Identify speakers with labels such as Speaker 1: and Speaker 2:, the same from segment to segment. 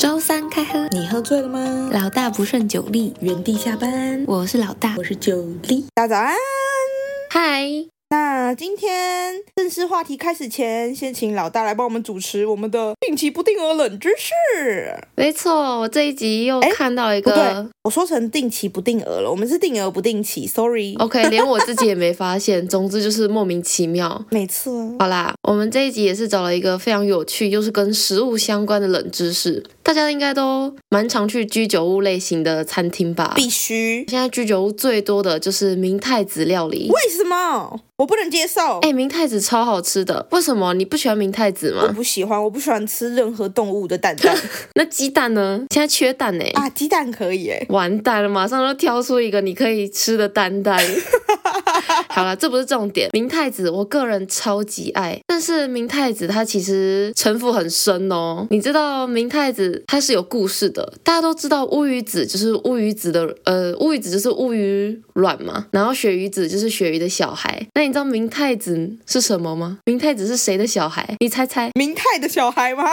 Speaker 1: 周三开喝，
Speaker 2: 你喝醉了吗？
Speaker 1: 老大不顺酒力，
Speaker 2: 原地下班，
Speaker 1: 我是老大
Speaker 2: 我。是九力。大家早安。
Speaker 1: 嗨，
Speaker 2: 那今天正式话题开始前，先请老大来帮我们主持我们的定期不定额冷知识。
Speaker 1: 没错，我这一集又
Speaker 2: 哎
Speaker 1: 看到一
Speaker 2: 不
Speaker 1: 个
Speaker 2: 对，我说成定期不定额了，我们是定额不定期，sorry。
Speaker 1: ，OK，连我自己也没发现。总之就是莫名其妙。
Speaker 2: 每次啊
Speaker 1: 好啦，我们这一集也是找了一个非常有趣，又是跟食物相关的冷知识。大家应该都蛮常去居酒屋类型的餐厅吧？
Speaker 2: 必须。
Speaker 1: 现在居酒屋最多的就是明太子料理。
Speaker 2: 为什么我不能接受？
Speaker 1: 哎、明太子超好吃的，为什么你不喜欢明太子
Speaker 2: 我
Speaker 1: 吗？
Speaker 2: 不喜欢，我不喜欢吃任何动物的蛋 蛋
Speaker 1: 那鸡蛋呢？现在缺蛋呢、
Speaker 2: 啊，鸡蛋可以哎。
Speaker 1: 完蛋了，马上就挑出一个你可以吃的蛋蛋。好了，这不是重点。明太子，我个人超级爱，但是明太子它其实城府很深哦。你知道明太子它是有故事的，大家都知道乌鱼子就是乌鱼子的，呃，乌鱼子就是乌鱼卵嘛，然后鳕鱼子就是鳕鱼的小孩。那你知道明太子是什么吗？明太子是谁的小孩？你猜猜？
Speaker 2: 明泰的小孩吗？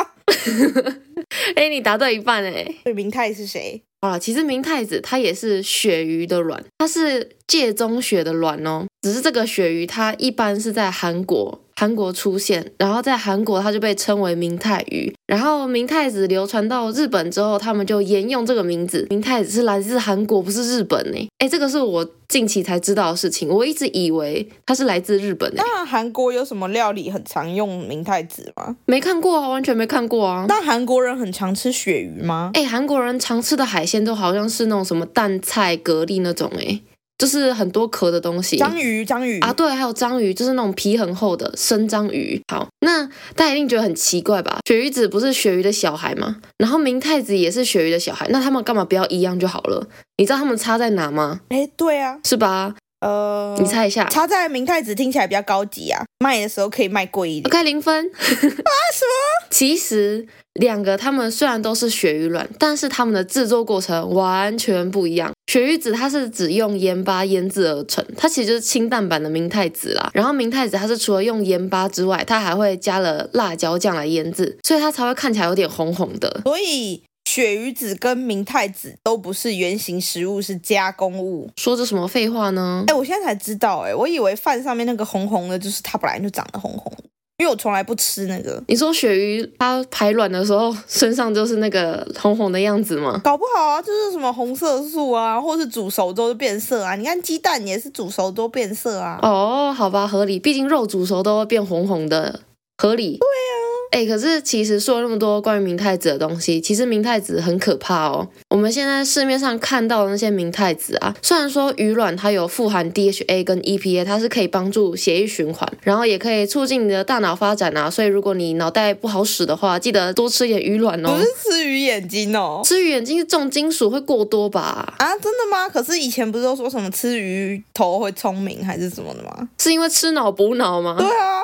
Speaker 1: 哎，你答对一半哎。
Speaker 2: 对，明泰是谁？
Speaker 1: 好了，其实明太子它也是鳕鱼的卵，它是介中鳕的卵哦。只是这个鳕鱼它一般是在韩国，韩国出现，然后在韩国它就被称为明太鱼。然后明太子流传到日本之后，他们就沿用这个名字。明太子是来自韩国，不是日本呢。哎，这个是我近期才知道的事情，我一直以为它是来自日本呢，
Speaker 2: 那韩国有什么料理很常用明太子吗？
Speaker 1: 没看过啊，完全没看过啊。
Speaker 2: 那韩国人很常吃鳕鱼吗？
Speaker 1: 哎，韩国人常吃的海鲜都好像是那种什么淡菜、蛤蜊那种，哎，就是很多壳的东西。
Speaker 2: 章鱼，章鱼
Speaker 1: 啊，对，还有章鱼，就是那种皮很厚的生章鱼。好，那大家一定觉得很奇怪吧？鳕鱼子不是鳕鱼的小孩吗？然后明太子也是鳕鱼的小孩，那他们干嘛不要一样就好了？你知道他们差在哪吗？
Speaker 2: 哎，对啊，
Speaker 1: 是吧？
Speaker 2: 呃，
Speaker 1: 你猜一下。
Speaker 2: 差在明太子听起来比较高级啊，卖的时候可以卖贵一点。
Speaker 1: OK，零分。啊什么？其实两个他们虽然都是鳕鱼卵，但是他们的制作过程完全不一样。鳕鱼子它是只用盐巴腌制而成，它其实就是清淡版的明太子啦。然后明太子它是除了用盐巴之外，它还会加了辣椒酱来腌制，所以它才会看起来有点红红的。
Speaker 2: 所以鳕鱼子跟明太子都不是原型食物，是加工物。
Speaker 1: 说着什么废话呢
Speaker 2: 哎，？我现在才知道，哎，我以为饭上面那个红红的，就是它本来就长得红红的，因为我从来不吃那个。
Speaker 1: 你说鳕鱼它排卵的时候身上就是那个红红的样子吗？
Speaker 2: 搞不好啊，就是什么红色素啊，或是煮熟之后就变色啊。你看鸡蛋也是煮熟之后变色啊。
Speaker 1: 哦，好吧，合理，毕竟肉煮熟都会变红红的，合理。对啊。哎、可是其实说了那么多关于明太子的东西，其实明太子很可怕哦。我们现在市面上看到的那些明太子啊，虽然说鱼卵它有富含 DHA 跟 EPA，它是可以帮助血液循环，然后也可以促进你的大脑发展啊。所以如果你脑袋不好使的话，记得多吃一点鱼卵哦
Speaker 2: 不。是吃鱼眼睛哦。
Speaker 1: 吃鱼眼睛是重金属会过多吧？
Speaker 2: 啊，真的吗？可是以前不是都说什么吃鱼头会聪明还是什么的吗？
Speaker 1: 是因为吃脑补脑吗？
Speaker 2: 对啊，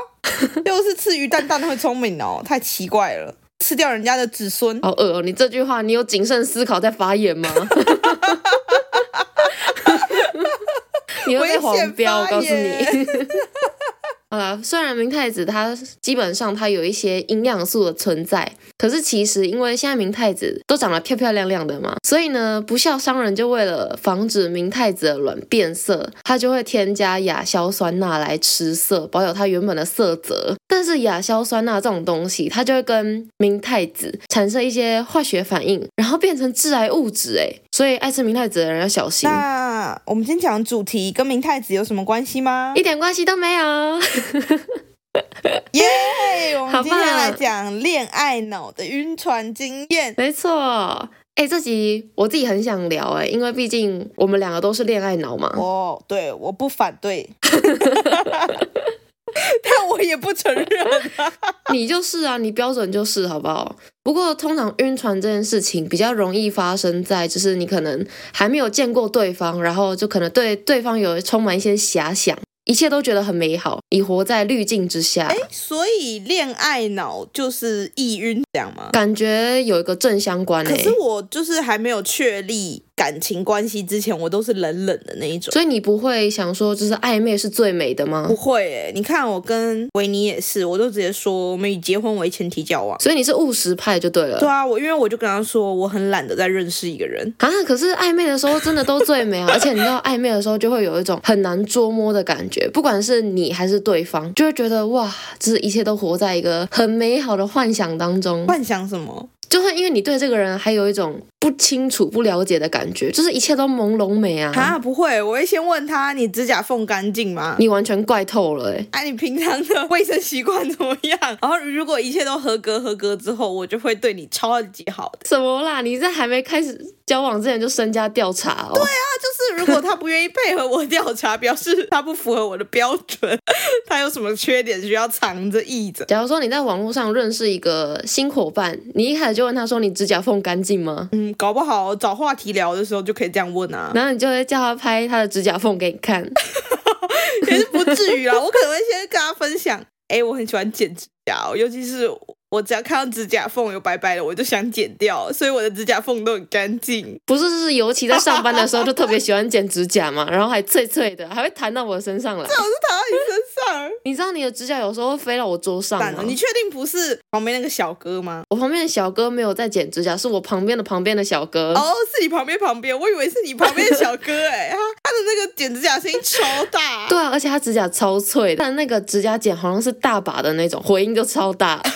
Speaker 2: 就是吃鱼蛋蛋会聪明哦，太奇怪了，吃掉人家的子孙。
Speaker 1: 好恶哦！你这句话，你有谨慎思考在发言吗？你会被黄标，我告
Speaker 2: 危
Speaker 1: 诉
Speaker 2: 险
Speaker 1: 你。好啦，呃虽然明太子它基本上它有一些营养素的存在，可是其实因为现在明太子都长得漂漂亮亮的嘛，所以呢，不肖商人就为了防止明太子的卵变色，他就会添加亚硝酸钠来吃色，保有它原本的色泽。但是亚硝酸钠这种东西，它就会跟明太子产生一些化学反应，然后变成致癌物质。哎，所以爱吃明太子的人要小心。
Speaker 2: 那我们今天讲的主题跟明太子有什么关系吗
Speaker 1: 一？点关系都没有。
Speaker 2: 耶 我们
Speaker 1: 好
Speaker 2: 今天
Speaker 1: 棒
Speaker 2: 来讲恋爱脑的晕船经验。
Speaker 1: 没错，哎、这集我自己很想聊哎、因为毕竟我们两个都是恋爱脑嘛。
Speaker 2: 哦，对，我不反 对， 但我也不承认。
Speaker 1: 你就是啊，你标准就是好不好？不过通常晕船这件事情比较容易发生在就是你可能还没有见过对方，然后就可能对对方有充满一些遐想，一切都觉得很美好，你活在滤镜之下。
Speaker 2: 所以恋爱脑就是易晕，这样吗？
Speaker 1: 感觉有一个正相关哎、
Speaker 2: 可是我就是还没有确立感情关系之前，我都是冷冷的那一种。
Speaker 1: 所以你不会想说，就是暧昧是最美的吗
Speaker 2: 不？会诶、你看我跟维尼也是，我都直接说我们以结婚为前提交往。
Speaker 1: 所以你是务实派就对了。
Speaker 2: 对啊，我因为我就跟他说我很懒得再认识一个人，
Speaker 1: 啊，可是暧昧的时候真的都最美啊！而且你知道，暧昧的时候就会有一种很难捉摸的感觉，不管是你还是对方，就会觉得哇，就是一切都活在一个很美好的幻想当中，
Speaker 2: 幻想什么？
Speaker 1: 就会因为你对这个人还有一种不清楚、不了解的感觉，就是一切都朦胧美啊！
Speaker 2: 啊，不会，我会先问他你指甲缝干净吗？
Speaker 1: 你完全怪透了、欸，
Speaker 2: 哎、你平常的卫生习惯怎么样？然后如果一切都合格合格之后，我就会对你超级好的。
Speaker 1: 什么啦？你在还没开始交往之前就身家调查哦？对啊，
Speaker 2: 那就是如果他不愿意配合我调查，表示他不符合我的标准， 他有什么缺点需要藏着掖着。
Speaker 1: 假如说你在网络上认识一个新伙伴，你一开始就问他说：“你指甲缝干净吗？”
Speaker 2: 嗯，搞不好找话题聊的时候就可以这样问啊，
Speaker 1: 然后你就会叫他拍他的指甲缝给你看。
Speaker 2: 也是不至于啦。我可能会先跟他分享，哎、我很喜欢剪指甲、哦，尤其是我只要看到指甲缝有白白的，我就想剪掉，所以我的指甲缝都很干净。
Speaker 1: 不是，就是尤其在上班的时候就特别喜欢剪指甲嘛，然后还脆脆的，还会弹到我身上来。
Speaker 2: 我是躺到你身上。
Speaker 1: 你知道你的指甲有时候会飞到我桌上
Speaker 2: 蛋
Speaker 1: 吗
Speaker 2: 哦，？你确定不是旁边那个小哥吗？
Speaker 1: 我旁边的小哥没有在剪指甲，是我旁边的旁边的小哥。
Speaker 2: 哦，是你旁边旁边，我以为是你旁边的小哥哎、 他他的那个剪指甲声音超大，
Speaker 1: 对啊，而且他指甲超脆的，但那个指甲剪好像是大把的那种，回音就超大。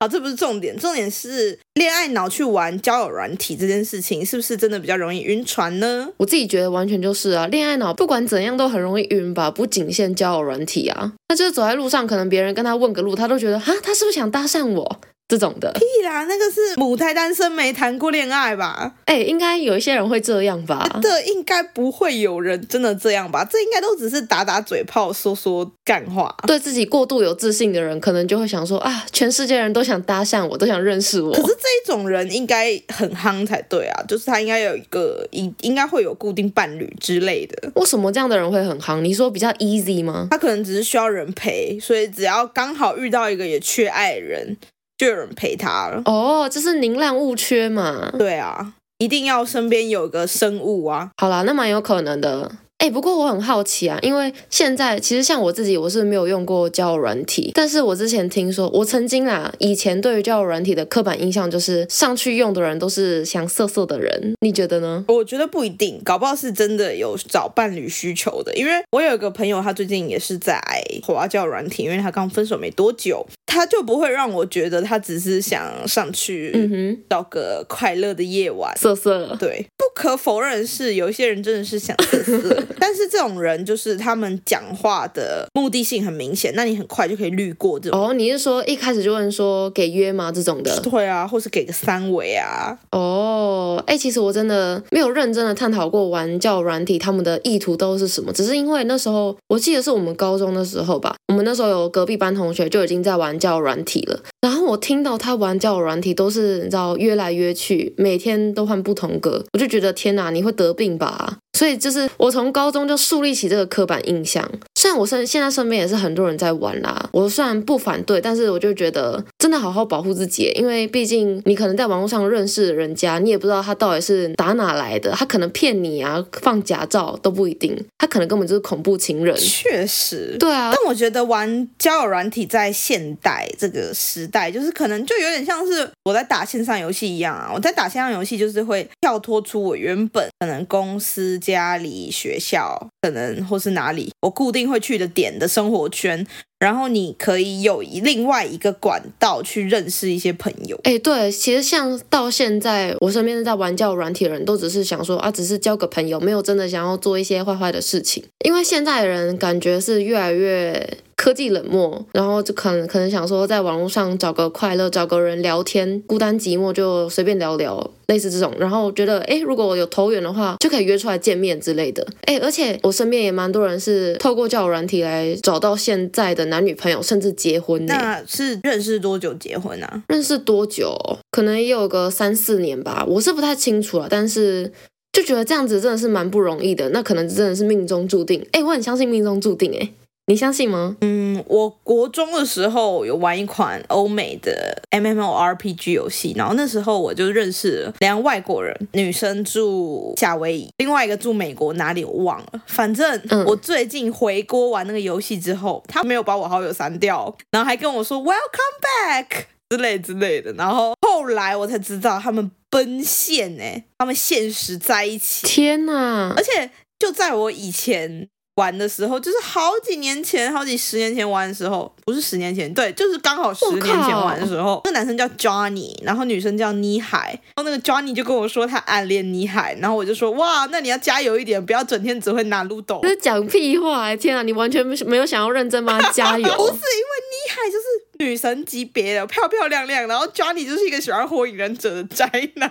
Speaker 2: 好，这不是重点，重点是恋爱脑去玩交友软体这件事情，是不是真的比较容易晕船呢？
Speaker 1: 我自己觉得完全就是啊，恋爱脑不管怎样都很容易晕吧，不仅限交友软体啊。他就是走在路上，可能别人跟他问个路，他都觉得哈，他是不是想搭讪我这种的？
Speaker 2: 屁啦，那个是母胎单身没谈过恋爱吧？
Speaker 1: 哎、应该有一些人会这样吧？
Speaker 2: 这应该不会有人真的这样吧？这应该都只是打打嘴炮、说说干话。
Speaker 1: 对自己过度有自信的人，可能就会想说啊，全世界人都想搭讪我，都想认识我
Speaker 2: 可。是这一种人应该很夯才对啊，就是他应该有一个应应该会有固定伴侣之类的。
Speaker 1: 为什么这样的人会很夯？你说比较 easy 吗？
Speaker 2: 他可能只是需要人陪，所以只要刚好遇到一个也缺爱的人，就有人陪他了。
Speaker 1: 哦，这是宁滥勿缺嘛。
Speaker 2: 对啊，一定要身边有个生物啊。
Speaker 1: 好啦，那蛮有可能的。哎，不过我很好奇啊，因为现在其实像我自己，我是没有用过交友软体，但是我之前听说，我曾经啊，以前对于交友软体的刻板印象就是上去用的人都是想色色的人，你觉得呢？
Speaker 2: 我觉得不一定，搞不好是真的有找伴侣需求的。因为我有一个朋友，他最近也是在花教软体，因为他刚分手没多久，他就不会让我觉得他只是想上
Speaker 1: 嗯
Speaker 2: 去
Speaker 1: 哼，
Speaker 2: 找个快乐的夜晚。
Speaker 1: 色色。
Speaker 2: 对，不可否认是有一些人真的是想自 私，但是这种人就是他们讲话的目的性很明显，那你很快就可以滤过这种。
Speaker 1: 哦，你是说一开始就问说给约吗这种的？
Speaker 2: 对啊，或是给个三围啊，
Speaker 1: 哦，哎，其实我真的没有认真的探讨过玩教软体他们的意图都是什么，只是因为那时候我记得是我们高中的时候吧，我们那时候有隔壁班同学就已经在玩教软体了，然后我听到他玩教软体都是你知道约来约去，每天都换不同歌，我就觉得天哪，你会得病吧？所以就是我从高中就树立起这个刻板印象，虽然我身现在身边也是很多人在玩啦，我虽然不反对，但是我就觉得真的好好保护自己，因为毕竟你可能在网络上认识人家，你也不知道他到底是打哪来的，他可能骗你啊，放假照都不一定，他可能根本就是恐怖情人。
Speaker 2: 确实。
Speaker 1: 对啊
Speaker 2: 但，我觉得玩交友软体在现代这个时代，就是可能就有点像是我在打线上游戏一样啊。我在打线上游戏就是会跳脱出我原本可能公司、家里、学校，可能或是哪里我固定会去的点的生活圈，然后你可以有一另外一个管道去认识一些朋友。
Speaker 1: 哎，对，其实像到现在，我身边在玩交友软体的人都只是想说啊，只是交个朋友，没有真的想要做一些坏坏的事情。因为现在的人感觉是越来越科技冷漠，然后就可能可能想说在网络上找个快乐，找个人聊天，孤单寂寞就随便聊聊，类似这种。然后觉得哎，如果我有投缘的话，就可以约出来见面之类的。哎，而且我身边也蛮多人是透过交友软体来找到现在的男女朋友，甚至结婚呢。
Speaker 2: 那是认识多久结婚啊？
Speaker 1: 认识多久？哦可能也有个三四年吧，我是不太清楚了。但是就觉得这样子真的是蛮不容易的，那可能真的是命中注定。哎、我很相信命中注定、诶你相信吗？
Speaker 2: 嗯，我国中的时候有玩一款欧美的 MMORPG 游戏，然后那时候我就认识了两个外国人，女生住夏威夷，另外一个住美国哪里我忘了。反正
Speaker 1: 嗯
Speaker 2: 我最近回国玩那个游戏之后，他没有把我好友删掉，然后还跟我说 Welcome back 之类之类的。然后后来我才知道他们奔现哎、他们现实在一起，
Speaker 1: 天哪
Speaker 2: 而！且就在我以前玩的时候，就是好几年前、好几十年前玩的时候，不是十年前，对，就是刚好十
Speaker 1: 我
Speaker 2: 年前
Speaker 1: 靠
Speaker 2: 玩的时候，那个男生叫 Johnny，然后女生叫妮海，然后那个 Johnny 就跟我说他暗恋妮海，然后我就说哇，那你要加油一点，不要整天只会拿撸斗。
Speaker 1: 这是讲屁话！天啊，你完全没有想要认真帮他加 油。
Speaker 2: 不是因为妮海就是女神级别的，漂漂亮亮，然后 Johnny 就是一个喜欢火影忍者的宅男。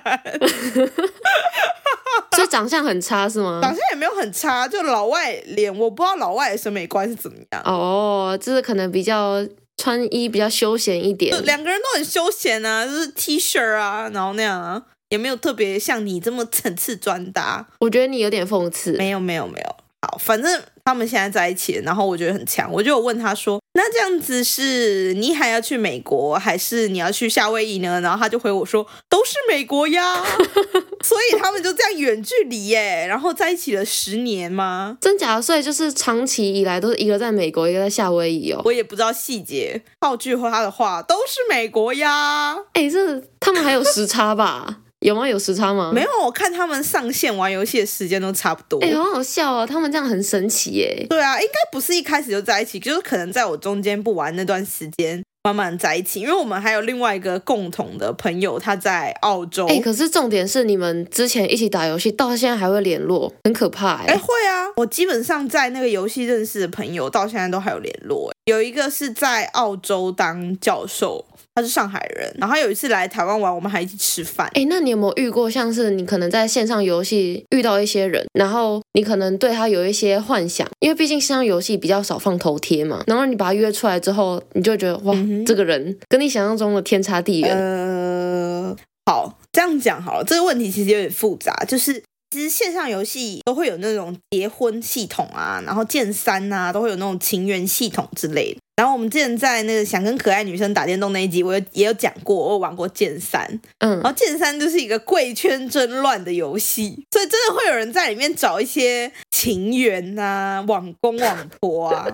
Speaker 1: 所以长相很差是吗？
Speaker 2: 长相也没有很差，就老外脸，我不知道老外的审美观是怎么样。
Speaker 1: 哦，就是可能比较穿衣比较休闲一点
Speaker 2: 就。两个人都很休闲啊，就是 T 恤啊，然后那样啊，也没有特别像你这么层次专搭。
Speaker 1: 我觉得你有点讽刺。
Speaker 2: 没有，没有，没有。好，反正他们现在在一起了，然后我觉得很强，我就有问他说：“那这样子是你还要去美国，还是你要去夏威夷呢？”然后他就回我说：“都是美国呀。”所以他们就这样远距离耶，然后在一起了十年吗？
Speaker 1: 真假的，所以就是长期以来都是一个在美国，一个在夏威夷哦。
Speaker 2: 我也不知道细节。套句他的话，都是美国呀。
Speaker 1: 哎，这他们还有时差吧？ 有吗？有时差吗？
Speaker 2: 没有，我看他们上线玩游戏的时间都差不多。
Speaker 1: 嗯哎、好好笑哦！他们这样很神奇耶。
Speaker 2: 对啊，应该不是一开始就在一起，就是可能在我中间不玩那段时间慢慢在一起，因为我们还有另外一个共同的朋友，他在澳洲。
Speaker 1: 哎、可是重点是你们之前一起打游戏，到现在还会联络，很可怕哎。
Speaker 2: 哎、会啊！我基本上在那个游戏认识的朋友，到现在都还有联络欸。有一个是在澳洲当教授，他是上海人，然后有一次来台湾玩，我们还一起吃饭。
Speaker 1: 哎，那你有没有遇过，像是你可能在线上游戏遇到一些人，然后你可能对他有一些幻想，因为毕竟线上游戏比较少放头贴嘛。然后你把他约出来之后，你就会觉得哇，
Speaker 2: 嗯哼
Speaker 1: 这个人跟你想象中的天差地远。
Speaker 2: 呃，好，这样讲好了。这个问题其实有点复杂，就是其实线上游戏都会有那种结婚系统啊，然后剑三啊，都会有那种情缘系统之类的。然后我们之前在那个想跟可爱女生打电动那一集，我有也有讲过，我有玩过剑三。
Speaker 1: 嗯
Speaker 2: 然，后剑三就是一个贵圈争乱的游戏，所以真的会有人在里面找一些情缘呐、网公网婆 啊。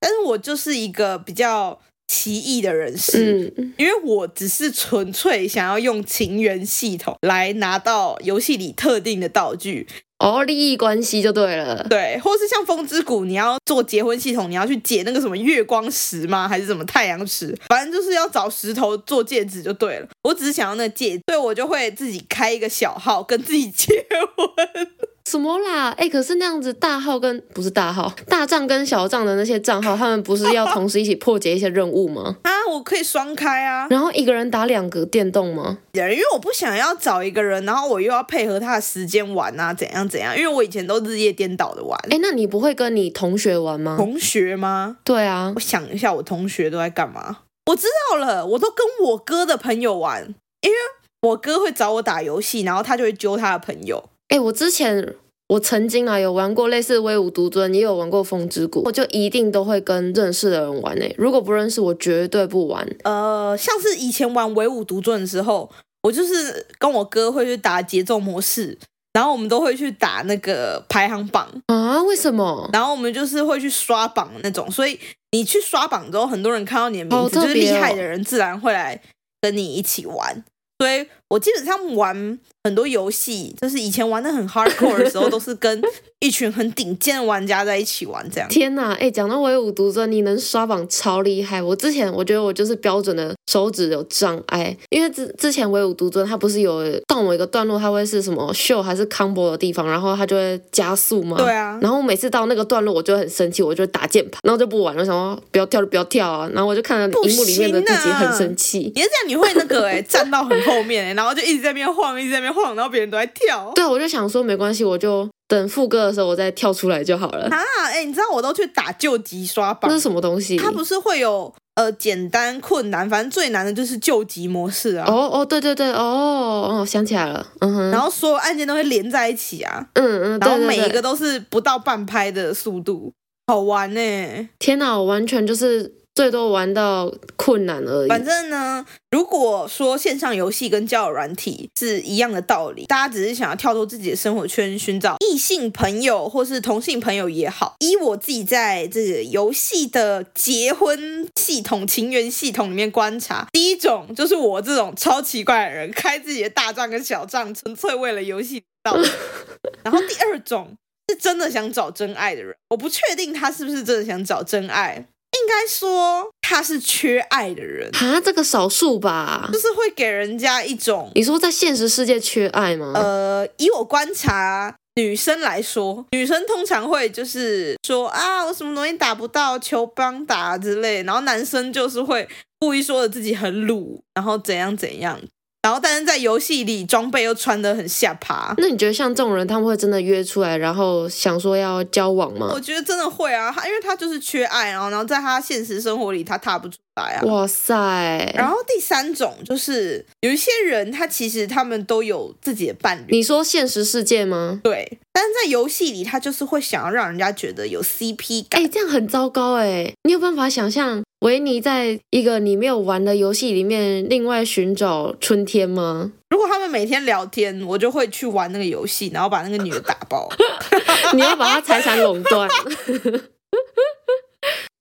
Speaker 2: 但是我就是一个比较奇异的人士，
Speaker 1: 嗯，
Speaker 2: 因为我只是纯粹想要用情缘系统来拿到游戏里特定的道具，
Speaker 1: 哦，利益关系就对了。
Speaker 2: 对，或是像风之谷，你要做结婚系统，你要去解那个什么月光石吗？还是什么太阳石？反正就是要找石头做戒指就对了。我只是想要那戒指，所以我就会自己开一个小号跟自己结婚。
Speaker 1: 什么啦？哎、可是那样子大号跟不是大号，大账跟小账的那些账号，他们不是要同时一起破解一些任务吗？
Speaker 2: 啊，我可以双开啊，
Speaker 1: 然后一个人打两个电动吗？
Speaker 2: 因为我不想要找一个人，然后我又要配合他的时间玩啊，怎样怎样。因为我以前都日夜颠倒的玩。
Speaker 1: 哎、那你不会跟你同学玩吗？
Speaker 2: 同学吗？
Speaker 1: 对啊
Speaker 2: 我，想一下，我同学都在干嘛？我知道了，我都跟我哥的朋友玩，因为我哥会找我打游戏，然后他就会揪他的朋友。
Speaker 1: 哎、我之前我曾经啊有玩过类似《威武独尊》，也有玩过《风之谷》，我就一定都会跟认识的人玩哎、如果不认识，我绝对不玩。
Speaker 2: 呃，像是以前玩唯舞独尊的时候，我就是跟我哥会去打节奏模式，然后我们都会去打那个排行榜，
Speaker 1: 啊？为什么？
Speaker 2: 然后我们就是会去刷榜那种。所以你去刷榜之后，很多人看到你的
Speaker 1: 好
Speaker 2: 名字，
Speaker 1: 特
Speaker 2: 就是
Speaker 1: 别
Speaker 2: 厉
Speaker 1: 哦
Speaker 2: 害的人自然会来跟你一起玩。所以我基本上玩很多游戏，就是以前玩的很 hardcore 的时候，都是跟一群很顶尖的玩家在一起玩这样。
Speaker 1: 天呐，哎、讲到唯舞独尊，你能刷榜超厉害。我之前我觉得我就是标准的手指有障碍，因为之之前唯舞独尊它不是有到某一个段落，它会是什么秀还是 combo 的地方，然后它就会加速吗？
Speaker 2: 对啊
Speaker 1: 然后我每次到那个段落，我就会很生气，我就会打键盘，然后就不玩，我想说不要跳就不要跳啊。然后我就看到
Speaker 2: 不
Speaker 1: 荧幕里面的自己
Speaker 2: 行啊
Speaker 1: 很生气。
Speaker 2: 你是这样，你会那个哎、 站到很后面哎、然后就一直在那边晃，一直在那边晃，然后别人都在跳。
Speaker 1: 对，啊我就想说没关系，我就等副歌的时候我再跳出来就好了。
Speaker 2: 啊，哎、你知道我都去打救急刷榜
Speaker 1: 那，是什么东西？
Speaker 2: 它不是会有呃简单、困难，反正最难的就是救急模式啊。
Speaker 1: 哦哦，对对对，哦哦，想起来了，嗯哼，
Speaker 2: 然后所有按键都会连在一起啊，
Speaker 1: 嗯嗯，
Speaker 2: 然后
Speaker 1: 对对
Speaker 2: 每
Speaker 1: 对
Speaker 2: 一个都是不到半拍的速度，好玩欸呢、
Speaker 1: 天哪，我完全就是最多玩到困难而已。
Speaker 2: 反正呢，如果说线上游戏跟交友软体是一样的道理，大家只是想要跳脱自己的生活圈，寻找异性朋友或是同性朋友也好，以我自己在这个游戏的结婚系统、情缘系统里面观察，第一种就是我这种超奇怪的人，开自己的大账跟小账，纯粹为了游戏道 理。然后第二种是真的想找真爱的人，我不确定他是不是真的想找真爱，应该说他是缺爱的人。
Speaker 1: 啊，这个少数吧
Speaker 2: 就。是会给人家一种，
Speaker 1: 你说在现实世界缺爱吗？
Speaker 2: 呃，以我观察女生来说，女生通常会就是说啊，我什么东西打不到，求帮打之类，然后男生就是会故意说的自己很鲁，然后怎样怎样，然后但是在游戏里装备又穿的很下爬。
Speaker 1: 那你觉得像这种人，他们会真的约出来，然后想说要交往吗
Speaker 2: 我？觉得真的会啊，他因为他就是缺爱，啊然后然后在他现实生活里他踏不出来啊。
Speaker 1: 哇塞！
Speaker 2: 然后第三种就是有一些人，他其实他们都有自己的伴侣，
Speaker 1: 你说现实世界吗？
Speaker 2: 对，但是在游戏里，他就是会想要让人家觉得有 CP 感。
Speaker 1: 哎、这样很糟糕哎、你有办法想象维尼在一个你没有玩的游戏里面另外寻找春天吗？
Speaker 2: 如果他们每天聊天，我就会去玩那个游戏，然后把那个女的打 爆。
Speaker 1: 你要把他财产垄断。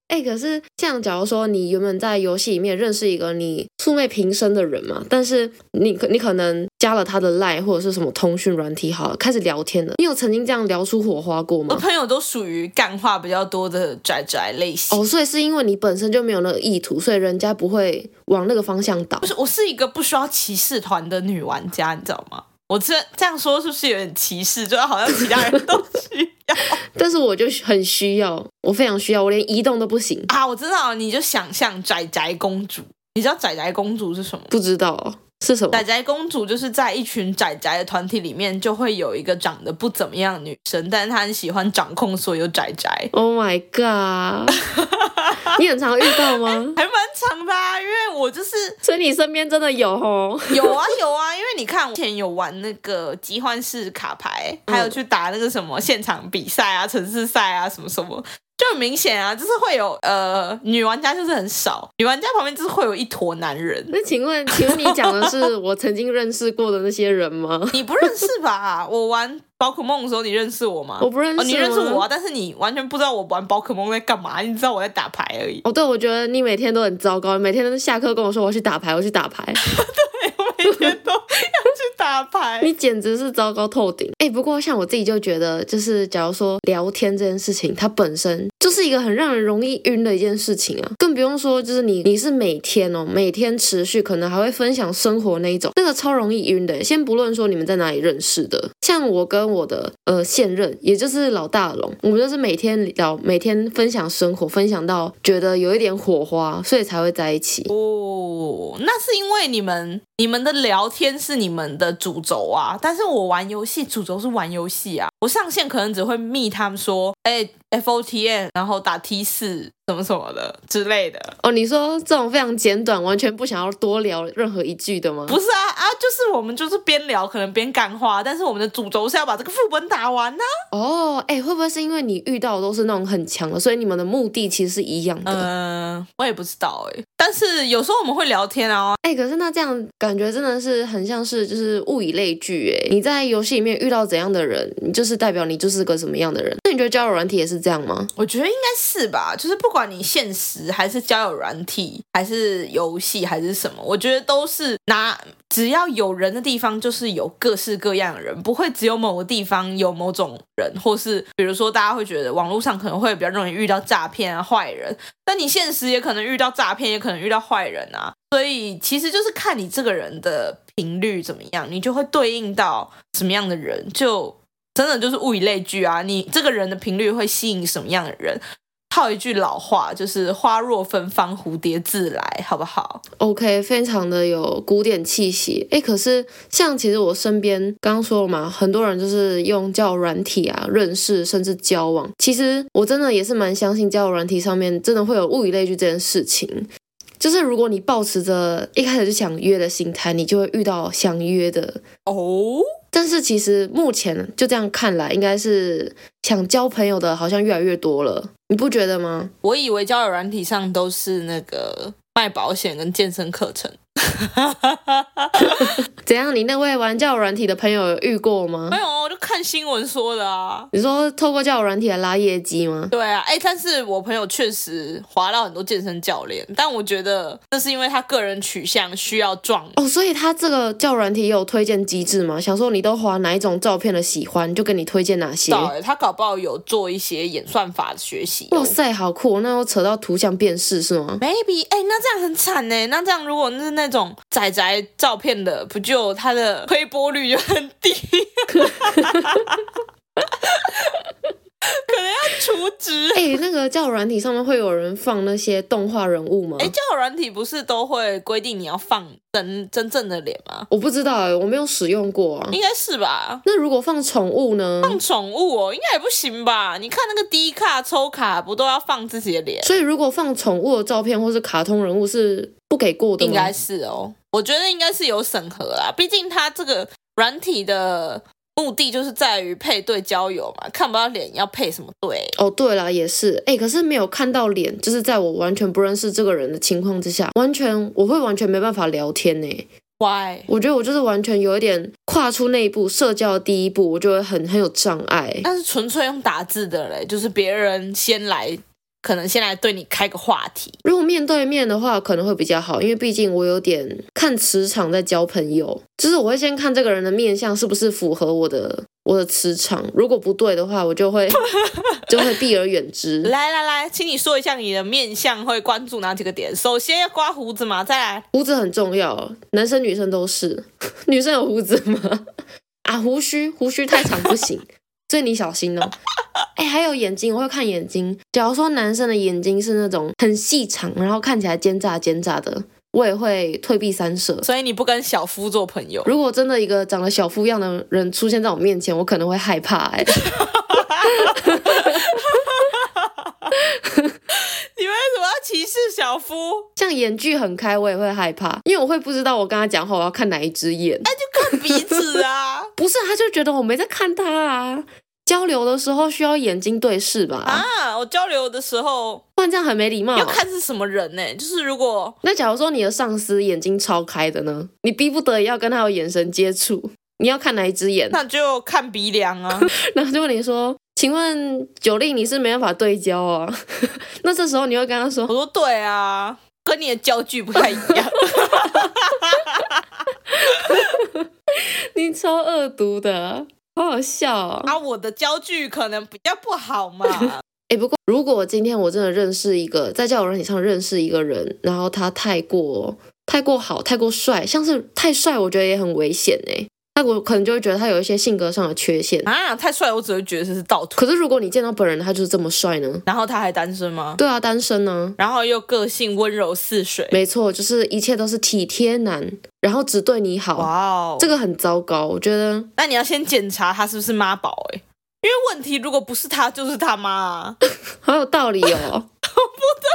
Speaker 1: 哎、可是像假如说你原本在游戏里面认识一个你素昧平生的人嘛，但是你可你可能加了他的 line 或者是什么通讯软体，好了，开始聊天了。你有曾经这样聊出火花过
Speaker 2: 我
Speaker 1: 吗？
Speaker 2: 朋友都属于干话比较多的宅宅类型。
Speaker 1: 哦，所以是因为你本身就没有那个意图，所以人家不会往那个方向导
Speaker 2: 哦
Speaker 3: 不。是，我是一个不需要骑士团的女玩家，你知道吗？我这这样说是不是有点歧视？就好像其他人都需要
Speaker 1: 但是我就很需要，我非常需要，我连移动都不行。
Speaker 3: 啊！我知道了，你就想象宅宅公主，你知道宅宅公主是什么吗？
Speaker 1: 不知道是什么
Speaker 3: 宅宅公主就是在一群宅宅的团体里面，就会有一个长得不怎么样的女生，但是她很喜欢掌控所有宅宅，
Speaker 1: ？Oh my god！你很常遇到吗？
Speaker 3: 还蛮长的、啊。因为我就是
Speaker 1: 所以你身边真的有哦。
Speaker 3: 有啊有啊，因为你看，我之前有玩那个集幻式卡牌，还有去打那个什么现场比赛啊、城市赛啊什么什么，就很明显啊，就是会有呃女玩家就是很少，女玩家旁边就是会有一坨男人。
Speaker 1: 那请问，请问你讲的是我曾经认识过的那些人 吗？
Speaker 3: 你不认识吧？我玩宝可梦的时候，你认识我吗？
Speaker 1: 我不认识、
Speaker 3: 哦，你认识我、啊，？但是你完全不知道我玩宝可梦在干嘛，你知道我在打牌而已。
Speaker 1: 哦，对，我觉得你每天都很糟糕，每天都是下课跟我说我要去打牌，我去打牌，
Speaker 3: 我每天都要去打牌。
Speaker 1: 你简直是糟糕透顶。哎，不过像我自己就觉得，就是假如说聊天这件事情，它本身就是一个很让人容易晕的一件事情啊，更不用说就是你你是每天哦，每天持续，可能还会分享生活那一种，那个超容易晕的。欸先不论说你们在哪里认识的，像我跟我的呃现任，也就是老大龙，我们就是每天聊，每天分享生活，分享到觉得有一点火花，所以才会在一起。
Speaker 3: 哦，那是因为你们你们的聊天是你们的主轴啊，但是我玩游戏主轴是玩游戏啊，我上线可能只会密他们说，哎、f O T N，然后打 T 四什么什么的之类的。
Speaker 1: 哦，你说这种非常简短，完全不想要多聊任何一句的吗？
Speaker 3: 不是啊啊，就是我们就是边聊可能边干话，但是我们的主轴是要把这个副本打完啊呐、
Speaker 1: 哦，哎，会不会是因为你遇到的都是那种很强的，所以你们的目的其实是一样
Speaker 2: 呃
Speaker 1: 的？
Speaker 3: 嗯、我也不知道哎、但是有时候我们会聊天啊，
Speaker 1: 哎、可是那这样感觉真的是很像是就是物以类聚哎，你在游戏里面遇到怎样的人，你就是代表你就是个什么样的人。那你觉得交友软体也是这样吗？
Speaker 3: 我觉得应该是吧，就是不管你现实还是交友软体，还是游戏还是什么，我觉得都是拿只要有人的地方，就是有各式各样的人，不会只有某个地方有某种人，或是比如说大家会觉得网络上可能会比较容易遇到诈骗啊、坏人，但你现实也可能遇到诈骗，也可能遇到坏人啊，所以其实就是看你这个人的频率怎么样，你就会对应到什么样的人就。真的就是物以类聚啊！你这个人的频率会吸引什么样的人？套一句老话，就是“花若芬芳，蝴蝶自来”，好不好？
Speaker 1: OK，非常的有古典气息。哎，可是像其实我身边刚刚说了嘛，很多人就是用交友软体啊认识甚至交往。其实我真的也是蛮相信交友软体上面真的会有物以类聚这件事情。就是如果你抱持着一开始就想约的心态，你就会遇到想约的。
Speaker 3: 哦，
Speaker 1: 但是其实目前就这样看来，应该是想交朋友的好像越来越多了，你不觉得吗？
Speaker 2: 我以为交友软体上都是那个卖保险跟健身课程，
Speaker 1: 怎样？你那位玩交友软体的朋友有遇过吗
Speaker 2: 没？有啊，我就看新闻说的啊。
Speaker 1: 你说透过交友软体来拉业绩吗？
Speaker 2: 对啊，哎，但是我朋友确实滑到很多健身教练，但我觉得这是因为他个人取向需要壮。
Speaker 1: 哦，所以他这个交友软体也有推荐机制吗？想说你都划哪一种照片的喜欢，就跟你推荐哪些。
Speaker 2: 到欸他搞不好有做一些演算法的学习哦、
Speaker 1: 哇塞，好酷！那要扯到图像辨识是吗？
Speaker 2: Maybe，哎、那这样很惨呢。那这样如果是那种仔仔照片的，不就他的 推播率就很低？可能要除职。
Speaker 1: 哎、那个交友软体上面会有人放那些动画人物吗？
Speaker 2: 哎、交友软体不是都会规定你要放真真正的脸吗？
Speaker 1: 我不知道哎、我没有使用过啊。
Speaker 2: 应该是吧。
Speaker 1: 那如果放宠物呢？
Speaker 2: 哎放宠物哦，应该也不行吧？你看那个低卡抽卡，不都要放自己的脸？
Speaker 1: 所以如果放宠物的照片或是卡通人物是不给过的吗？
Speaker 2: 应该是哦，我觉得应该是有审核啦，毕竟它这个软体的目的就是在于配对交友嘛，看不到脸要配什么对？
Speaker 1: 哦，对啦，也是，哎、可是没有看到脸，就是在我完全不认识这个人的情况之下，完全我会完全没办法聊天呢、
Speaker 2: Why？
Speaker 1: 我觉得我就是完全有一点跨出那一步，社交的第一步，我就会很很有障碍。
Speaker 2: 但是纯粹用打字的嘞，就是别人先来，可能先来对你开个话题。
Speaker 1: 如果面对面的话，可能会比较好，因为毕竟我有点看磁场在交朋友，就是我会先看这个人的面相是不是符合我的我的磁场，如果不对的话，我就会 就会避而远之。
Speaker 2: 来来来，请你说一下你的面相会关注哪几个点？首先要刮胡子嘛，再来
Speaker 1: 胡子很重要，男生女生都是。 女生有胡子吗？啊，胡须，胡须太长不行，所以你小心哦。哎，还有眼睛，我会看眼睛。假如说男生的眼睛是那种很细长，然后看起来奸诈奸诈的，我也会退避三舍。
Speaker 2: 所以你不跟小夫做朋友，
Speaker 1: 如果真的一个长得小夫样的人出现在我面前，我可能会害怕、哎，
Speaker 2: 你为什么要歧视小夫？
Speaker 1: 像眼距很开，我也会害怕，因为我会不知道我跟他讲话我要看哪一只眼。
Speaker 2: 就看 鼻子啊！
Speaker 1: 不是，他就觉得我没在看他啊。交流的时候需要眼睛对视吧？
Speaker 2: 啊，我交流的时候
Speaker 1: 不然这样很没礼貌
Speaker 2: 要。看是什么人呢、就是如果
Speaker 1: 那假如说你的上司眼睛超开的呢？你逼不得已要跟他有眼神接触，你要看哪一只眼？
Speaker 2: 那就看鼻梁 啊，
Speaker 1: 然后就问你说：“请问九令，你是没办法对焦啊？” 那这时候你会跟他
Speaker 2: 我
Speaker 1: 说
Speaker 2: 说对啊，跟你的焦距不太一 样。：“
Speaker 1: 你超恶毒的，啊好好笑哦。
Speaker 2: 啊，我的焦距可能比较不好 嘛。
Speaker 1: 哎、不过如果今天我真的认识一个在交友软体上认识一个人，然后他太过太过好、太过帅，像是太帅，我觉得也很危险哎、那我可能就会觉得他有一些性格上的缺陷。
Speaker 2: 啊，太帅，我只会觉得这是盗图。
Speaker 1: 可是如果你见到本人，他就是这么帅呢？
Speaker 2: 然后他还单身吗？
Speaker 1: 对啊，单身呢、
Speaker 2: 然后又个性温柔似水。
Speaker 1: 没错，就是一切都是体贴男，然后只对你好，
Speaker 2: 哇哦，
Speaker 1: 这个很糟糕。我觉得
Speaker 2: 那你要先检查他是不是妈宝哎、因为问题如果不是他就是他妈啊，
Speaker 1: 好有道理哦。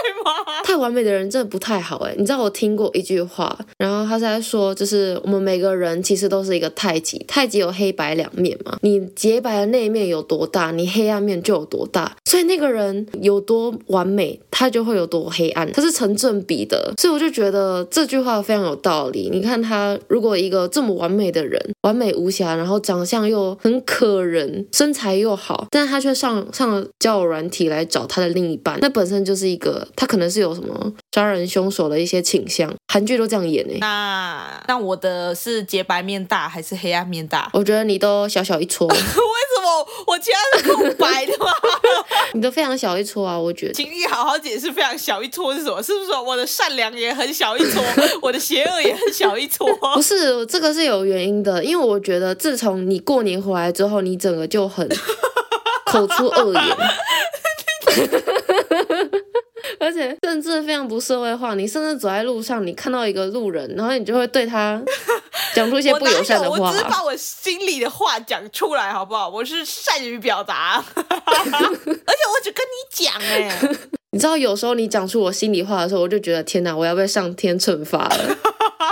Speaker 2: 对吗？
Speaker 1: 太完美的人真的不太好哎。你知道我听过一句话，然后他是在说，就是我们每个人其实都是一个太极，太极有黑白两面嘛。你洁白的那一面有多大，你黑暗面就有多大。所以那个人有多完美，他就会有多黑暗，它是成正比的。所以我就觉得这句话非常有道理。你看他，如果一个这么完美的人，完美无瑕，然后长相又很可人，身材又好，但他却上上了交友软体来找他的另一半，那本身就是一个他可能是有什么杀人凶手的一些倾向，韩剧都这样演欸诶、
Speaker 2: 那那我的是洁白面大还是黑暗面大？
Speaker 1: 我觉得你都小小一 撮，啊
Speaker 2: 为什么我其他是空白的吗？
Speaker 1: 你都非常小一撮啊！我觉得
Speaker 2: 请你好好解释，非常小一撮是什么？是不是我的善良也很小一 撮，我的邪恶也很小一撮？
Speaker 1: 不是这个是有原因的，因为我觉得自从你过年回来之后，你整个 就很口出恶言，而且甚至非常不社会化。你甚至走在路上，你看到一个路人，然后你就会对他 讲出一些
Speaker 2: 我
Speaker 1: 不
Speaker 2: 哪
Speaker 1: 友善的
Speaker 2: 有
Speaker 1: 话啊
Speaker 2: 我只。是把我心里的话讲出来，好不好？我是善于表 达，而且我只跟你讲哎、
Speaker 1: 你知道，有时候你讲出我心里话的时候，我就觉得天哪，我要被上天惩罚了。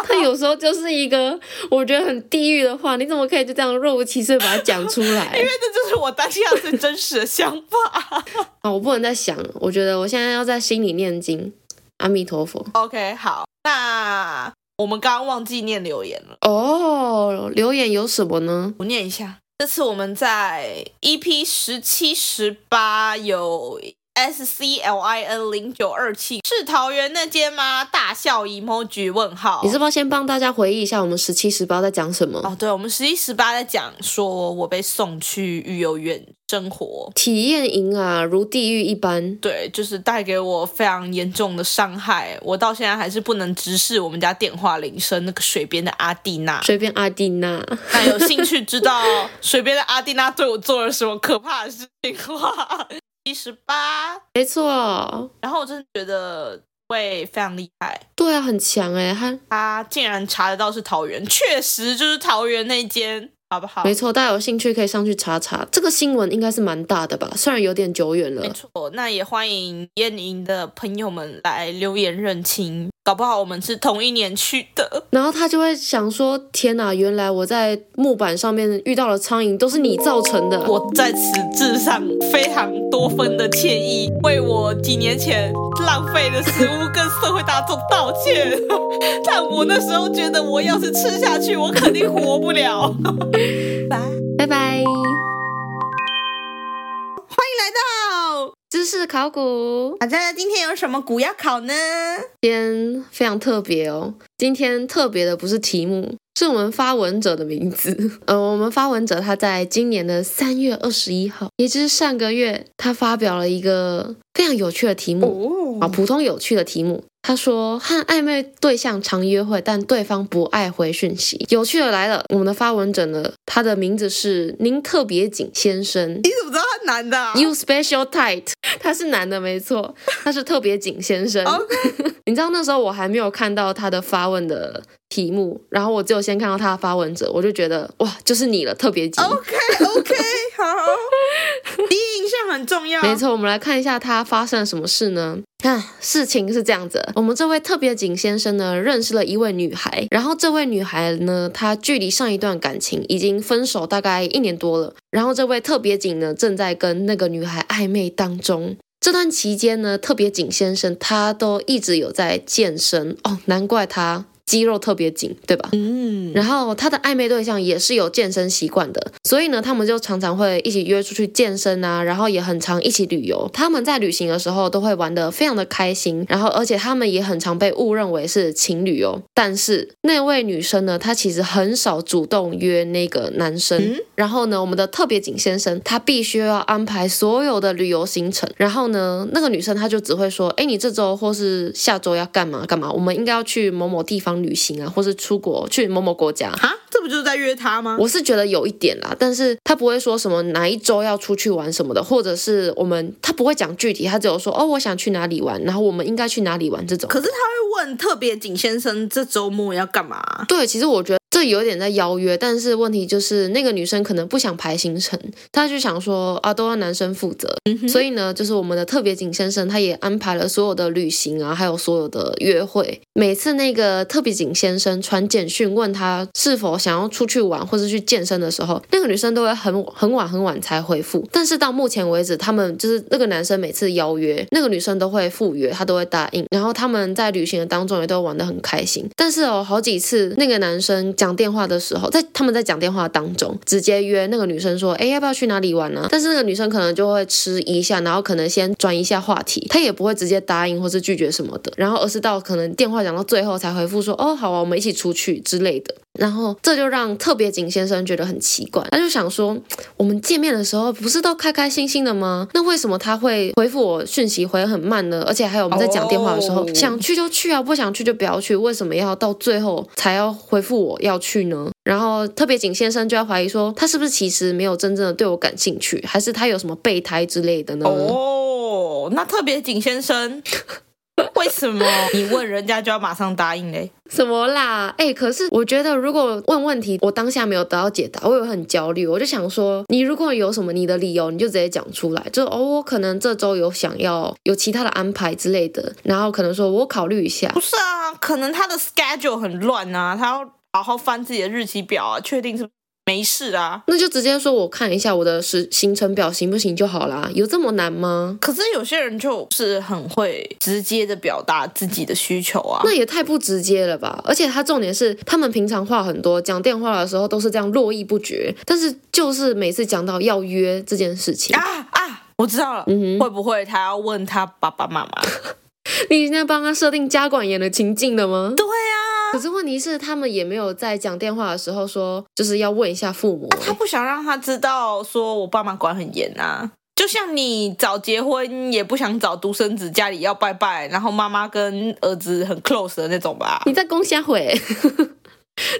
Speaker 1: 他有时候就是一个我觉得很地狱的话，你怎么可以就这样若无其事地把它讲出来？
Speaker 2: 因为这就是我当下最真实的想法。
Speaker 1: 啊，我不能再想了，我觉得我现在要在心里念经，阿弥陀佛。
Speaker 2: OK，好，那我们刚刚忘记念留言了，
Speaker 1: 哦，留言有什么呢？
Speaker 2: 我念一下。这次我们在 EP 十七、十八有 S C L I N 零九二七是桃园那间吗？大笑 emoji 问号。
Speaker 1: 你是不是要先帮大家回忆一下我们十七、十八在讲什么？
Speaker 2: 哦，对，我们十一、十八在讲说我被送去育幼院生活，
Speaker 1: 体验营啊，如地狱一般。
Speaker 2: 对，就是带给我非常严重的伤害，我到现在还是不能直视我们家电话铃声那个水边的阿蒂娜。
Speaker 1: 随便阿蒂娜，
Speaker 2: 那有兴趣知道水边的阿蒂娜对我做了什么可怕的事情的话， 七十八。
Speaker 1: 没错，
Speaker 2: 然后我真的觉得会非常厉害，
Speaker 1: 对啊，很强哎、他
Speaker 2: 他竟然查得到是桃园，确实就是桃园那间，好不好？
Speaker 1: 没错，大家有兴趣可以上去查查，这个新闻应该是蛮大的吧，虽然有点久远
Speaker 2: 没
Speaker 1: 了。
Speaker 2: 错，那也欢迎燕营的朋友们来留言认亲，搞不好我们是同一年去的。
Speaker 1: 然后他就会想说：“天哪，原来我在木板上面遇到了苍蝇，都是你造成的。”
Speaker 2: 我在此致上非常多分的歉意，为我几年前浪费的食物跟社会大众道歉。 但我那时候觉得，我要是吃下去，我肯定活不了。拜。
Speaker 1: 拜拜，
Speaker 4: 哦，
Speaker 1: 知识考古
Speaker 4: 大家今天有什么股要考呢？
Speaker 1: 今天非常特别哦。今天特别的不是题目，是我们发文者的名字。 呃，我们发文者他在今年的三月二十一号，也就是上个月，他发表了一个非常有趣的题目。啊，
Speaker 4: 哦，
Speaker 1: 普通有趣的题目。他说和暧昧对象常约会，但对方不爱回讯息。有趣的来了，我们的发文者呢，他的名字是您特别紧先生
Speaker 4: 你怎么知道他男的、啊？
Speaker 1: ，You Special Tight，他 是男的没错，他是特别紧先生。
Speaker 4: OK
Speaker 1: 你知道那时候我还没有看到他的发问的题目，然后我只有先看到他的发问者，我就觉得哇，就是你了，特别紧。
Speaker 4: OK OK，好，第一印象很重要。
Speaker 1: 没，错，我们来看一下他发生了什么事呢？啊，事情是这样子的，我们这位特别景先生呢，认识了一位女孩，然后这位女孩呢，她距离上一段感情已经分手大概一年多了，然后这位特别景呢，正在跟那个女孩暧昧当中。这段期间呢，特别景先生他都一直有在健身哦，难怪他肌肉特别紧，对吧？
Speaker 4: 嗯，
Speaker 1: 然后他的暧昧对象也是有健身习惯的，所以呢，他们就常常会一起约出去健身啊，然后也很常一起旅游。他们在旅行的时候都会玩得非常的开心，然后而且他们也很常被误认为是情侣哦。但是那位女生呢，她其实很少主动约那个男生。
Speaker 4: 嗯
Speaker 1: 然后呢，我们的特别景先生他必须要安排所有的旅游行程，然后呢，那个女生她就只会说，哎，你这周或是下周要干嘛干嘛，我们应该要去某某地方旅行啊，或是出国去某某国家。
Speaker 4: 啊，这不就是在约他吗？
Speaker 1: 我是觉得有一点啦，但是他不会说什么哪一周要出去玩什么的，或者是我们他不会讲具体，他只有说哦，我想去哪里玩，然后我们应该去哪里玩这种。
Speaker 4: 可是他会问特别景先生这周末要干嘛？
Speaker 1: 对，其实我觉得这有点在邀约，但是问题就是那个女生可能不想排行程，她就想说啊，都要男生负责。
Speaker 2: 嗯
Speaker 1: 所以呢，就是我们的特别景先生，他也安排了所有的旅行啊，还有所有的约会。每次那个特别景先生传简讯问他是否想要出去玩或是去健身的时候，那个女生都会很很晚很晚才回复。但是到目前为止，他们就是那个男生每次邀约，那个女生都会赴约，他都会答应。然后他们在旅行的当中也都玩得很开心。但是哦，好几次那个男生讲电话的时候，在他们在讲电话当中，直接约那个女生说：“哎，要不要去哪里玩呢、但是那个女生可能就会迟疑一下，然后可能先转移一下话题，她也不会直接答应或是拒绝什么的。然后而是到可能电话讲到最后才回复说：“哦，好啊，我们一起出去之类的。”然后这就让特别景先生觉得很奇怪，他就想说，我们见面的时候不是都开开心心的吗？那为什么他会回复我讯息回得很慢呢？而且还有我们在讲电话的时候
Speaker 4: 哦
Speaker 1: 想去就去啊，不想去就不要去，为什么要到最后才要回复我要去呢？然后特别景先生就要怀疑说，他是不是其实没有真正的对我感兴趣，还是他有什么备胎之类的呢？
Speaker 2: 哦，那特别景先生。为什么你问人家就要马上答应嘞？
Speaker 1: 什么啦？哎、可是我觉得，如果问问题，我当下没有得到解答，我也会很焦虑。我就想说，你如果有什么你的理由，你就直接讲出来，就哦，我可能这周有想要有其他的安排之类的，然后可能说我考虑一下
Speaker 2: 不。是啊，可能他的 schedule 很乱啊，他要好好翻自己的日期表啊，确定是不是没事啊。
Speaker 1: 那就直接说，我看一下我的时行程表行不行就好啦，有这么难吗？
Speaker 2: 可是有些人就是很会直接的表达自己的需求啊
Speaker 1: 那。也太不直接了吧！而且他重点是，他们平常话很多，讲电话的时候都是这样络绎不绝，但是就是每次讲到要约这件事情，
Speaker 2: 啊啊，我知道了，
Speaker 1: 嗯哼，
Speaker 2: 会不会他要问他爸爸妈 妈？
Speaker 1: 你现在帮他设定家管严的情境了吗？
Speaker 2: 对啊，
Speaker 1: 可是问题是，他们也没有在讲电话的时候说，就是要问一下父母。
Speaker 2: 啊他不想让他知道，说我爸妈管很严啊。就像你早结婚，也不想早独生子，家里要拜拜，然后妈妈跟儿子很 close 的那种吧。
Speaker 1: 你在公瞎毁，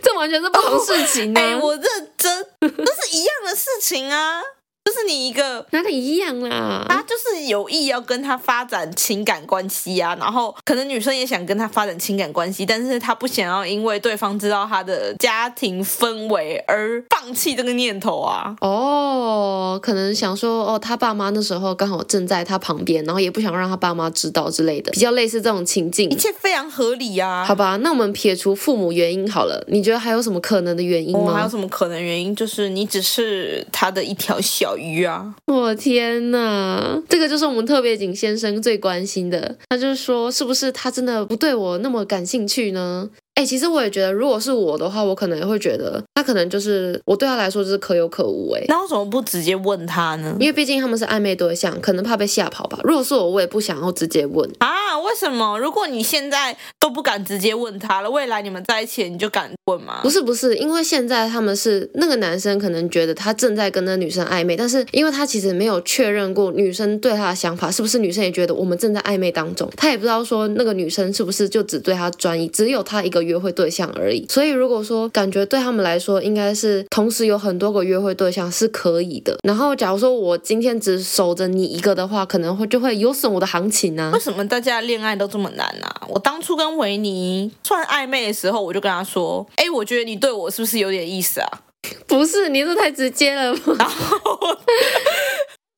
Speaker 1: 这完全是不同事情啊呢、
Speaker 2: 哎、我认真，这是一样的事情啊，就是你一个。
Speaker 1: 哪里一样
Speaker 2: 他
Speaker 1: 啦？
Speaker 2: 就是有意要跟他发展情感关系啊，然后可能女生也想跟他发展情感关系，但是他不想要因为对方知道他的家庭氛围而放弃这个念头啊。
Speaker 1: 哦，可能想说，哦，他爸妈那时候刚好正在他旁边，然后也不想让他爸妈知道之类的，比较类似这种情境
Speaker 2: 一。切非常合理啊。
Speaker 1: 好吧，那我们撇除父母原因好了，你觉得还有什么可能的原因
Speaker 2: 哦，还有
Speaker 1: 吗？
Speaker 2: 什么可能原因？就是你只是他的一条小鱼啊。
Speaker 1: 我哦天哪，这个就是我们特别景先生最关心的，他就是说，是不是他真的不对我那么感兴趣呢？哎、其实我也觉得，如果是我的话，我可能也会觉得他可能就是我对他来说就是可有可无哎、
Speaker 2: 那为什么不直接问他呢？
Speaker 1: 因为毕竟他们是暧昧对象，可能怕被吓跑吧。如果是我，我也不想要直接问。
Speaker 2: 啊，为什么？如果你现在都不敢直接问他了，未来你们在一起了你就敢问吗？
Speaker 1: 不是不是，因为现在他们是那个男生可能觉得他正在跟那女生暧昧，但是因为他其实没有确认过女生对他的想法是不是女生也觉得我们正在暧昧当中，他也不知道说那个女生是不是就只对他专一，只有他一个约会对象而已。所以如果说感觉对他们来说应该是同时有很多个约会对象是可以的，然后假如说我今天只守着你一个的话，可能会就会有损我的行情啊
Speaker 2: 为。什么大家恋爱都这么难啊？我当初跟维尼算暧昧的时候，我就跟他说：“哎、我觉得你对我是不是有点意思啊
Speaker 1: 不是，你这太直接 了吧？？”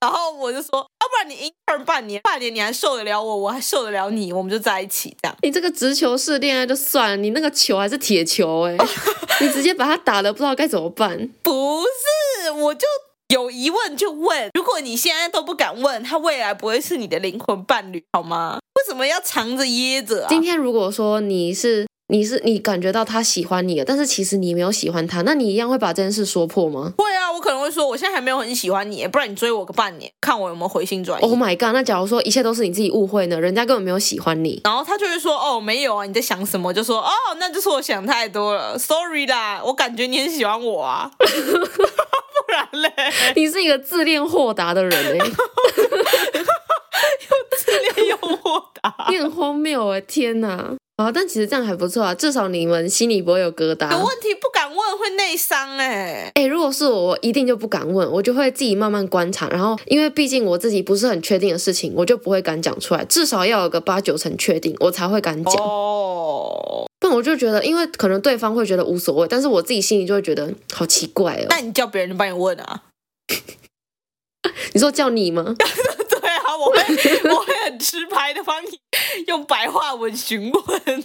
Speaker 2: 然后我就说：“要不然你 intern 半年，半年你还受得了我，我还受得了你，我们就在一起这样。”
Speaker 1: 你这个直球式恋爱就算了，你那个球还是铁球哎、你直接把它打了，不知道该怎么办。
Speaker 2: 不是，我就有疑问就问。如果你现在都不敢问，他未来不会是你的灵魂伴侣，好吗？为什么要藏着掖着啊？
Speaker 1: 今天如果说你是你是你感觉到他喜欢你了，但是其实你没有喜欢他，那你一样会把这件事说破吗
Speaker 2: 会啊，我可能会说，我现在还没有很喜欢你，不然你追我个半年，看我有没有回心转意。
Speaker 1: ？Oh my god！那假如说一切都是你自己误会呢？人家根本没有喜欢你。
Speaker 2: 然后他就会说：“哦，没有啊，你在想什么？”就说：“哦，那就是我想太多了，sorry 啦，我感觉你很喜欢我 啊，不然嘞，
Speaker 1: 你是一个自恋豁达的人哎、
Speaker 2: 自恋诱惑打。
Speaker 1: 你很荒谬哎、天哪！啊，但其实这样还不错啊，至少你们心里不会有疙瘩。
Speaker 2: 有问题不敢问会内伤哎、
Speaker 1: 哎、如果是我，我一定就不敢问，我就会自己慢慢观察，然后因为毕竟我自己不是很确定的事情，我就不会敢讲出来，至少要有个八九成确定，我才会敢讲。
Speaker 2: 哦，
Speaker 1: 但我就觉得，因为可能对方会觉得无所谓，但是我自己心里就会觉得好奇怪哦。
Speaker 2: 那你叫别人帮你问啊。
Speaker 1: 你说叫你吗？
Speaker 2: 对啊，我会我会很直白的帮你用白话文询问。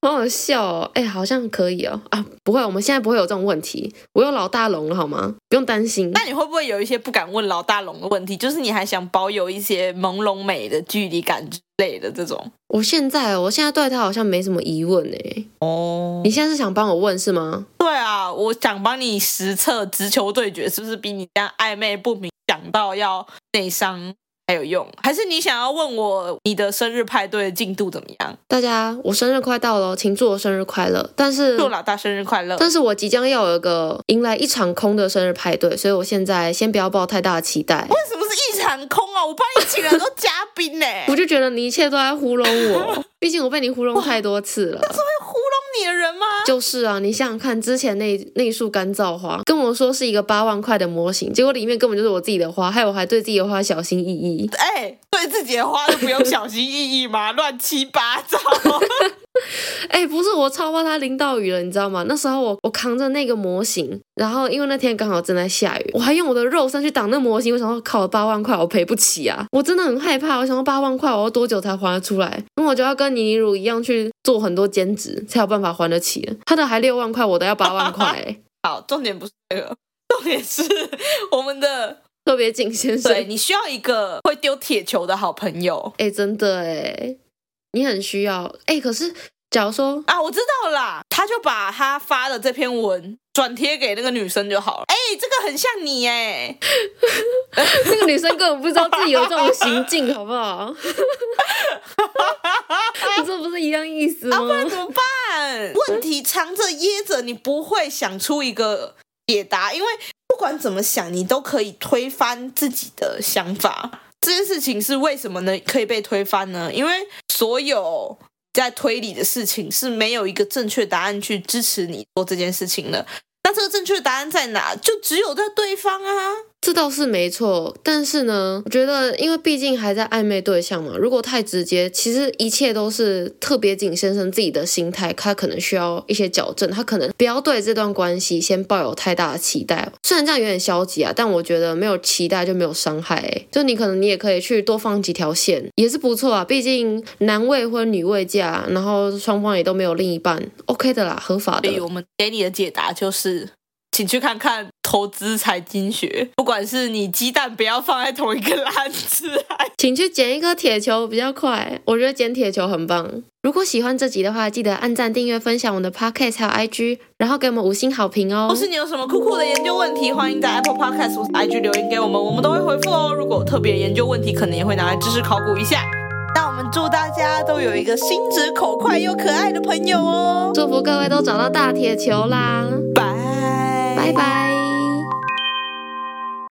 Speaker 1: 好好笑哦。哎、好像可以哦。啊，不会，我们现在不会有这种问题，我有老大龙了好吗？不用担心。
Speaker 2: 那你会不会有一些不敢问老大龙的问题？就是你还想保有一些朦胧美的距离感之类的这种？
Speaker 1: 我现在，哦我现在对他好像没什么疑问哎。
Speaker 2: 哦
Speaker 1: 你，现在是想帮我问是吗？
Speaker 2: 对啊，我想帮你实测直球对决，是不是比你这样暧昧不明讲到要内伤还有用？还是你想要问我你的生日派对的进度怎么样？
Speaker 1: 大家，我生日快到了哦，请祝我生日快乐。但 是
Speaker 2: 祝老大生日快乐！
Speaker 1: 嗯但是我即将要有一个迎来一场空的生日派对，所以我现在先不要抱太大的期待。
Speaker 2: 为什么是一场空啊？我帮你请了很多嘉宾呢、
Speaker 1: 我就觉得你一切都在糊弄我，毕竟我被你糊弄太多次了。
Speaker 2: 糊弄你的人吗？
Speaker 1: 就是啊，你想想看，之前那那一束干燥花跟我说是一个八万块的模型，结果里面根本就是我自己的花，害我还对自己的花小心翼翼。
Speaker 2: 哎、对自己的花都不用小心翼翼吗？ 乱七八糟。
Speaker 1: 哎、不是我超怕它淋到雨了，你知道吗？那时候我我扛着那个模型，然后因为那天刚好正在下雨，我还用我的肉身去挡那模型。我想说，靠，八万块我赔不起啊！我真的很害怕，我想说八万块我要多久才还得出来？那我就要跟倪汝一样去做很多兼职，才有办法还得起。他的还六万块，我的要八万块、哎
Speaker 2: 好，重点不是这个，重点是我们的，
Speaker 1: 特别景先生，
Speaker 2: 对你需要一个会丢铁球的好朋友
Speaker 1: 哎、真的哎、你很需要哎、可是假如说
Speaker 2: 啊！我知道啦，他就把他发的这篇文转贴给那个女生就好了。哎、这个很像你哎，
Speaker 1: 那个女生根本不知道自己有这种行径，好不好？ 你这不是一样意思吗？
Speaker 2: 啊，不然怎么办？问题藏着掖着，你不会想出一个解答，因为不管怎么想，你都可以推翻自己的想法。这件事情是为什么呢？可以被推翻呢？因为所有在推理的事情是没有一个正确答案去支持你做这件事情的。那这个正确答案在哪？就只有在对方啊。
Speaker 1: 这倒是没错，但是呢，我觉得因为毕竟还在暧昧对象嘛，如果太直接，其实一切都是特别景先生自己的心态，他可能需要一些矫正，他可能不要对这段关系先抱有太大的期待。哦虽然这样有点消极啊，但我觉得没有期待就没有伤害、欸，就你可能你也可以去多放几条线，也是不错啊。毕竟男未婚女未嫁，然后双方也都没有另一半，OK 的啦，合法的
Speaker 2: 所以。我们给你的解答就是，请去看看投资财经学，不管是你鸡蛋不要放在同一个篮子，还
Speaker 1: 请去捡一颗铁球比较快，我觉得捡铁球很棒。如果喜欢这集的话，记得按赞、订阅、分享我们的 podcast 还有 IG，然后给我们五星好评哦
Speaker 2: 或。是你有什么酷酷的研究问题，欢迎在 Apple Podcast 或是 IG 留言给我们，我们都会回复哦。如果有特别研究问题，可能也会拿来知识考古一下。那我们祝大家都有一个心直口快又可爱的朋友哦，
Speaker 1: 祝福各位都找到大铁球啦，
Speaker 2: 拜
Speaker 1: 拜拜。